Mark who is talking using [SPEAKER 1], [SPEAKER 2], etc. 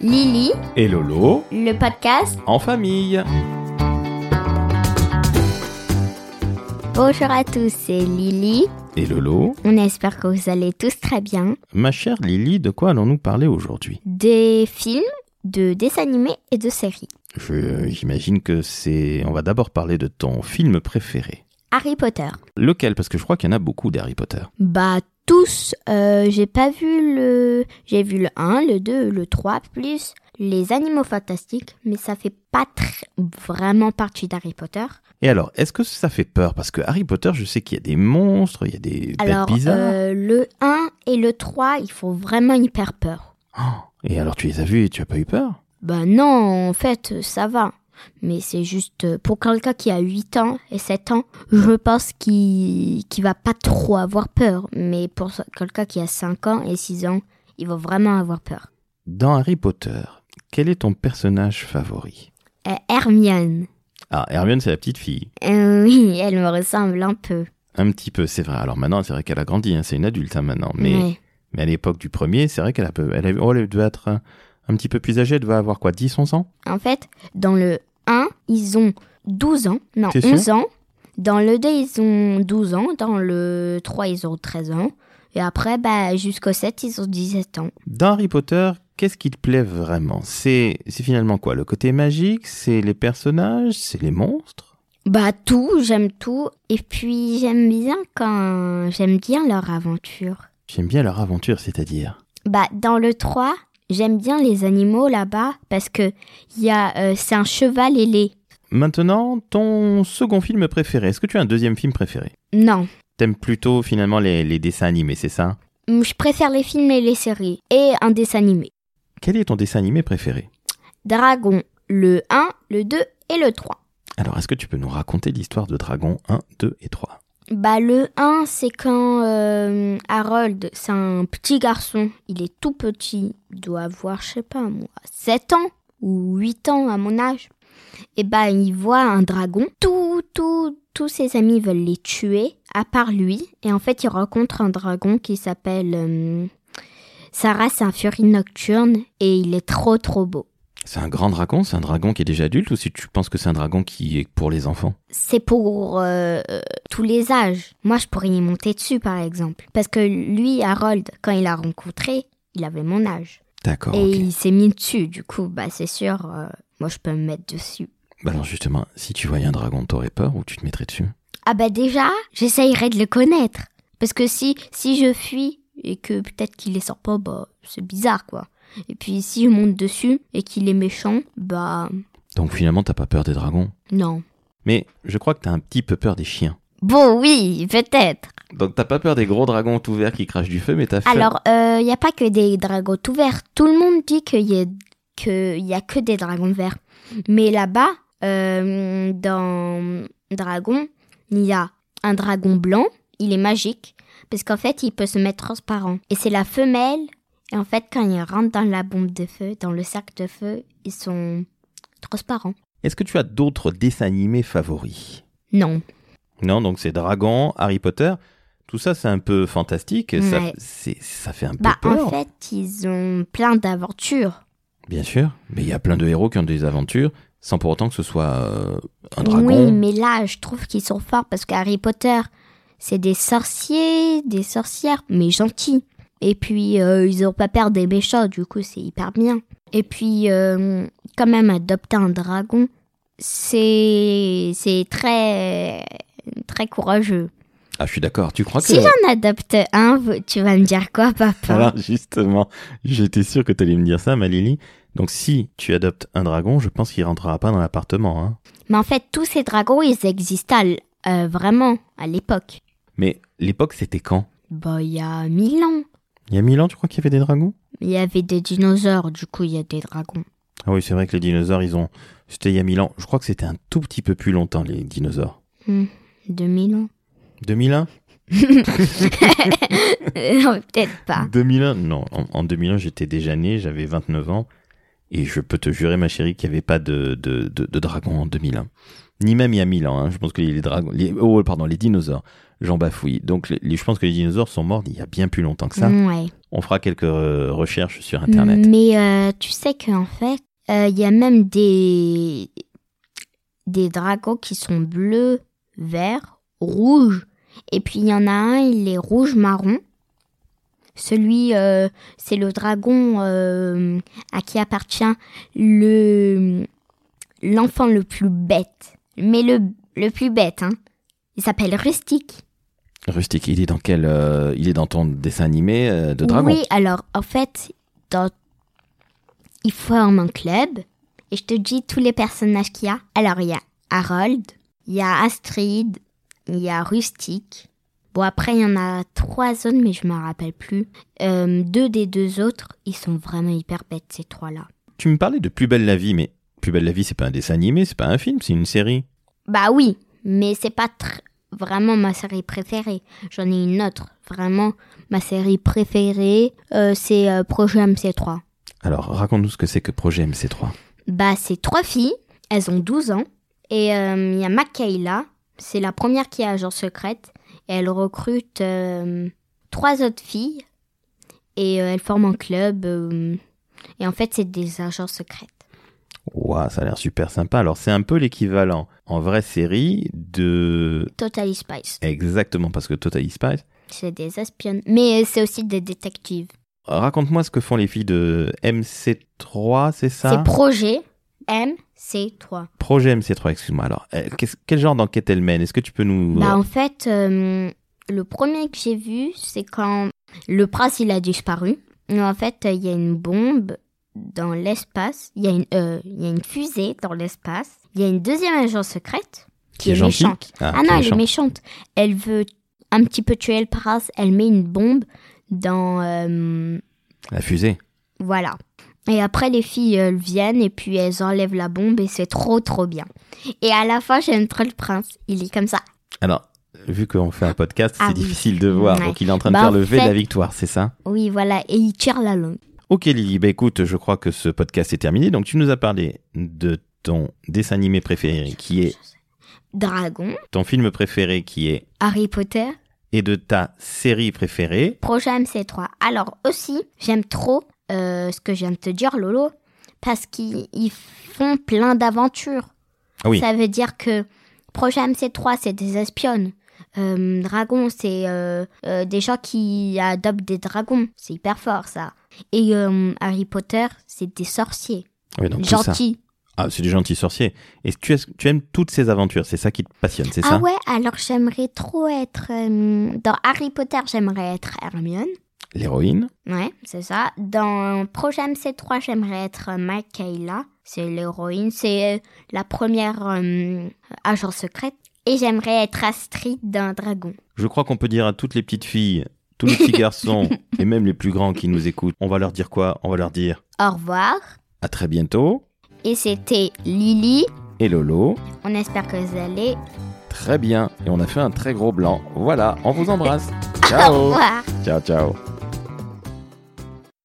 [SPEAKER 1] Lily,
[SPEAKER 2] et Lolo
[SPEAKER 1] le podcast.
[SPEAKER 2] en famille.
[SPEAKER 1] Bonjour à tous, c'est Lily.
[SPEAKER 2] Et Lolo,
[SPEAKER 1] On espère que vous allez tous très bien.
[SPEAKER 2] ma chère Lily, de quoi allons-nous parler aujourd'hui
[SPEAKER 1] Des films, de dessins animés et de séries.
[SPEAKER 2] Je- euh, J'imagine que c'est... On va d'abord parler de ton film préféré.
[SPEAKER 1] Harry Potter.
[SPEAKER 2] Lequel Parce que je crois qu'il y en a beaucoup d'Harry Potter.
[SPEAKER 1] Bah tous, euh, j'ai pas vu le... J'ai vu le 1, le 2, le 3, plus les animaux fantastiques, mais ça fait pas tr- vraiment partie d'Harry Potter.
[SPEAKER 2] Et alors, est-ce que ça fait peur Parce que Harry Potter, je sais qu'il y a des monstres, il y a des
[SPEAKER 1] Alors,
[SPEAKER 2] bêtes bizarres.
[SPEAKER 1] euh, le 1 et le 3, ils font vraiment hyper peur.
[SPEAKER 2] Oh, et alors, tu les as vus et tu as pas eu peur
[SPEAKER 1] Bah non, en fait, ça va. Mais c'est juste euh, pour quelqu'un qui a 8 ans et 7 ans, je pense qu'il qu'il va pas trop avoir peur. Mais pour ce- quelqu'un qui a 5 ans et 6 ans, il va vraiment avoir peur.
[SPEAKER 2] Dans Harry Potter, quel est ton personnage favori
[SPEAKER 1] Euh, Hermione,
[SPEAKER 2] Ah, Hermione, c'est la petite fille.
[SPEAKER 1] Euh, oui, elle me ressemble un peu.
[SPEAKER 2] Un petit peu, c'est vrai. Alors maintenant, c'est vrai qu'elle a grandi, hein, c'est une adulte hein, maintenant. Mais,
[SPEAKER 1] Ouais.
[SPEAKER 2] mais à l'époque du premier, c'est vrai qu'elle a peu- elle, a- oh, elle doit être un, un petit peu plus âgée, elle doit avoir quoi, 10, 11 ans
[SPEAKER 1] En fait, dans le 1, ils ont 12 ans, non,
[SPEAKER 2] T'es sûr
[SPEAKER 1] 11 ans. Dans le 2, ils ont 12 ans. Dans le 3, ils ont 13 ans. Et après, bah, jusqu'au 7, ils ont 17 ans.
[SPEAKER 2] Dans Harry Potter, qu'est-ce qui te plaît vraiment C'est c'est finalement quoi Le côté magique C'est les personnages C'est les monstres
[SPEAKER 1] Bah tout, j'aime tout. Et puis j'aime bien quand j'aime bien leur aventure.
[SPEAKER 2] J'aime bien leur aventure, c'est-à-dire.
[SPEAKER 1] Bah dans le 3, j'aime bien les animaux là-bas parce que il y a euh, c'est un cheval ailé.
[SPEAKER 2] Maintenant, ton second film préféré. Est-ce que tu as un deuxième film préféré
[SPEAKER 1] Non,
[SPEAKER 2] T'aimes plutôt finalement les, les dessins animés, c'est ça
[SPEAKER 1] Hum, je préfère les films et les séries et un dessin animé.
[SPEAKER 2] Quel est ton dessin animé préféré
[SPEAKER 1] Dragon, le 1, le 2 et le 3.
[SPEAKER 2] Alors, est-ce que tu peux nous raconter l'histoire de Dragon 1, 2 et 3
[SPEAKER 1] Bah le 1, c'est quand euh, Harold, c'est un petit garçon, il est tout petit, il doit avoir, je sais pas moi, 7 ans ou 8 ans à mon âge. Et bah il voit un dragon, tout, tout, tous ses amis veulent les tuer, à part lui. Et en fait il rencontre un dragon qui s'appelle... euh, sa race, c'est un furie nocturne et il est trop trop beau.
[SPEAKER 2] C'est un grand dragon C'est un dragon qui est déjà adulte ou si tu penses que c'est un dragon qui est pour les enfants
[SPEAKER 1] c'est pour euh, euh, tous les âges. Moi, je pourrais y monter dessus, par exemple. Parce que lui, Harold, quand il l'a rencontré, il avait mon âge.
[SPEAKER 2] D'accord,
[SPEAKER 1] Et
[SPEAKER 2] Ah, ok.
[SPEAKER 1] il s'est mis dessus, du coup, bah c'est sûr, euh, moi, je peux me mettre dessus.
[SPEAKER 2] Bah alors justement, si tu voyais un dragon, t'aurais peur ou tu te mettrais dessus
[SPEAKER 1] Ah bah déjà, j'essayerai de le connaître. Parce que si, si je fuis et que peut-être qu'il les sort pas, bah c'est bizarre, quoi. Et puis si je monte dessus et qu'il est méchant, bah
[SPEAKER 2] Donc finalement, t'as pas peur des dragons
[SPEAKER 1] non.
[SPEAKER 2] Mais je crois que t'as un petit peu peur des chiens.
[SPEAKER 1] Bon, oui, peut-être.
[SPEAKER 2] Donc t'as pas peur des gros dragons tout verts qui crachent du feu, mais t'as peur...
[SPEAKER 1] Alors, il n'y a pas que des dragons tout verts. Tout le monde dit qu'il y, a- que y a que des dragons verts. Mais là-bas, euh, dans Dragon, il y a un dragon blanc. Il est magique. Parce qu'en fait, il peut se mettre transparent. Et c'est la femelle. Et en fait, quand il rentre dans la bombe de feu, dans le cercle de feu, ils sont transparents.
[SPEAKER 2] Est-ce que tu as d'autres dessins animés favoris
[SPEAKER 1] Non.
[SPEAKER 2] Non, donc c'est dragon, Harry Potter... Tout ça, c'est un peu fantastique. Ça,
[SPEAKER 1] Ouais.
[SPEAKER 2] c'est- ça fait un peu
[SPEAKER 1] Bah,
[SPEAKER 2] peur.
[SPEAKER 1] en fait, ils ont plein d'aventures.
[SPEAKER 2] Bien sûr. Mais il y a plein de héros qui ont des aventures, sans pour autant que ce soit euh, un dragon.
[SPEAKER 1] Oui, mais là, je trouve qu'ils sont forts parce qu'Harry Potter, c'est des sorciers, des sorcières, mais gentils. Et puis, euh, ils ont pas peur des méchants, du coup, c'est hyper bien. Et puis, euh, quand même, adopter un dragon, c'est c'est très très courageux.
[SPEAKER 2] Ah, je suis d'accord. Tu crois que...
[SPEAKER 1] Si j'en adopte un, vous- tu vas me dire quoi, papa
[SPEAKER 2] Alors justement, j'étais sûr que tu allais me dire ça, ma Lily. Donc si tu adoptes un dragon, je pense qu'il rentrera pas dans l'appartement. Hein.
[SPEAKER 1] Mais en fait, tous ces dragons, ils existaient à l- euh, vraiment à l'époque.
[SPEAKER 2] Mais l'époque, c'était quand
[SPEAKER 1] Bah, il y a mille ans.
[SPEAKER 2] Il y a mille ans, tu crois qu'il y avait des dragons
[SPEAKER 1] Il y avait des dinosaures, du coup, il y a des dragons.
[SPEAKER 2] Ah oui, c'est vrai que les dinosaures, ils ont... C'était il y a mille ans. Je crois que c'était un tout petit peu plus longtemps, les dinosaures.
[SPEAKER 1] 2000 ans
[SPEAKER 2] 2001
[SPEAKER 1] Non, Euh, peut-être pas.
[SPEAKER 2] 2001 Non, en, en 2001, j'étais déjà né, j'avais 29 ans. Et je peux te jurer, ma chérie, qu'il n'y avait pas de, de, de, de dragon en 2001. Ni même il y a mille ans. hein. Je pense que les, les dragons... les- oh, pardon, les dinosaures. J'en bafouille. Donc, les- les- je pense que les dinosaures sont morts il y a bien plus longtemps que ça.
[SPEAKER 1] Ouais.
[SPEAKER 2] On fera quelques euh, recherches sur Internet.
[SPEAKER 1] Mais euh, tu sais qu'en fait, euh, il y a même des des dragons qui sont bleus, verts, rouges. Et puis il y en a un, il est rouge marron. Celui, euh, c'est le dragon euh, à qui appartient le l'enfant le plus bête. Mais le, le plus bête, hein. Il s'appelle Rustique. Mm.
[SPEAKER 2] Rustique, il est dans quel euh, Il est dans ton dessin animé euh, de dragon.
[SPEAKER 1] Oui, alors en fait, dans... il forme un club et je te dis tous les personnages qu'il y a. Alors il y a Harold, il y a Astrid, il y a Rustique. Bon après il y en a trois autres mais je m'en rappelle plus. Euh, deux des deux autres, ils sont vraiment hyper bêtes ces trois-là.
[SPEAKER 2] Tu me parlais de Plus belle la vie, mais Plus belle la vie, c'est pas un dessin animé, c'est pas un film, c'est une série.
[SPEAKER 1] Bah oui, mais c'est pas tr- vraiment ma série préférée. J'en ai une autre. Vraiment, ma série préférée, euh, c'est euh, Projet MC3.
[SPEAKER 2] Alors, raconte-nous ce que c'est que Projet MC3.
[SPEAKER 1] Bah, c'est trois filles, elles ont 12 ans, et euh, il y a Makayla, c'est la première qui est agent secrète, et elle recrute euh, trois autres filles, et euh, elles forment un club, euh, et en fait, c'est des agents secrètes.
[SPEAKER 2] Ouah, ça a l'air super sympa. Alors, c'est un peu l'équivalent en vraie série de.
[SPEAKER 1] Totally Spice,
[SPEAKER 2] Exactement, parce que Totally Spies.
[SPEAKER 1] c'est des espionnes, mais euh, c'est aussi des détectives.
[SPEAKER 2] Raconte-moi ce que font les filles de MC3, c'est ça
[SPEAKER 1] C'est Projet MC3.
[SPEAKER 2] Projet MC3, excuse-moi. Alors, euh, qu'est-ce- quel genre d'enquête elles mènent Est-ce que tu peux nous.
[SPEAKER 1] Bah, en fait, euh, le premier que j'ai vu, c'est quand le prince il a disparu. Et en fait, euh, il y a une bombe dans l'espace. Il y, a une- euh, il y a une fusée dans l'espace. Il y a une deuxième agence secrète qui,
[SPEAKER 2] Qui est
[SPEAKER 1] est,
[SPEAKER 2] gentille
[SPEAKER 1] méchante. Ah
[SPEAKER 2] Ah, qui est
[SPEAKER 1] non, elle
[SPEAKER 2] méchante.
[SPEAKER 1] est méchante. Elle veut un petit peu tuer le prince. Elle met une bombe dans. euh,
[SPEAKER 2] La fusée.
[SPEAKER 1] voilà. Et après, les filles elles viennent et puis elles enlèvent la bombe et c'est trop trop bien. Et à la fin, j'aime trop le prince. Il est comme ça.
[SPEAKER 2] Alors, vu qu'on fait un podcast,
[SPEAKER 1] Ah
[SPEAKER 2] c'est
[SPEAKER 1] oui.
[SPEAKER 2] difficile de voir.
[SPEAKER 1] Ouais.
[SPEAKER 2] Donc, il est en train de
[SPEAKER 1] Bah,
[SPEAKER 2] faire
[SPEAKER 1] en
[SPEAKER 2] le V de la
[SPEAKER 1] fait-
[SPEAKER 2] victoire, c'est ça
[SPEAKER 1] Oui, voilà. Et il tire la langue.
[SPEAKER 2] Ok Lily, bah écoute, je crois que ce podcast est terminé. Donc tu nous as parlé de ton dessin animé préféré qui est
[SPEAKER 1] Dragon,
[SPEAKER 2] ton film préféré qui est
[SPEAKER 1] Harry Potter,
[SPEAKER 2] et de ta série préférée.
[SPEAKER 1] projet MC3. Alors aussi, j'aime trop euh, ce que je viens de te dire, Lolo, parce qu'ils ils font plein d'aventures.
[SPEAKER 2] Ah oui.
[SPEAKER 1] Ça veut dire que projet MC3, c'est des espionnes. Euh, dragon, c'est euh, euh, des gens qui adoptent des dragons. C'est hyper fort, ça. Et euh, Harry Potter, c'est des sorciers.
[SPEAKER 2] Oui, donc tout ça.
[SPEAKER 1] Gentils.
[SPEAKER 2] Ah, c'est du gentil sorcier. Et tu, es- tu aimes toutes ces aventures, c'est ça qui te passionne, c'est
[SPEAKER 1] Ah
[SPEAKER 2] ça
[SPEAKER 1] ouais, alors j'aimerais trop être... euh, dans Harry Potter, j'aimerais être Hermione.
[SPEAKER 2] L'héroïne.
[SPEAKER 1] Ouais, c'est ça. Dans Projet MC3, j'aimerais être Michaela. C'est l'héroïne. C'est euh, la première euh, agent secrète. Et j'aimerais être Astrid d'un dragon.
[SPEAKER 2] Je crois qu'on peut dire à toutes les petites filles, tous les petits garçons et même les plus grands qui nous écoutent, on va leur dire quoi On va leur dire
[SPEAKER 1] Au revoir.
[SPEAKER 2] à très bientôt
[SPEAKER 1] Et c'était Lily.
[SPEAKER 2] et Lolo.
[SPEAKER 1] On espère que vous allez.
[SPEAKER 2] Très bien. Et on a fait un très gros blanc. Voilà, on vous embrasse.
[SPEAKER 1] Au
[SPEAKER 2] Ciao.
[SPEAKER 1] revoir.
[SPEAKER 2] ciao, ciao.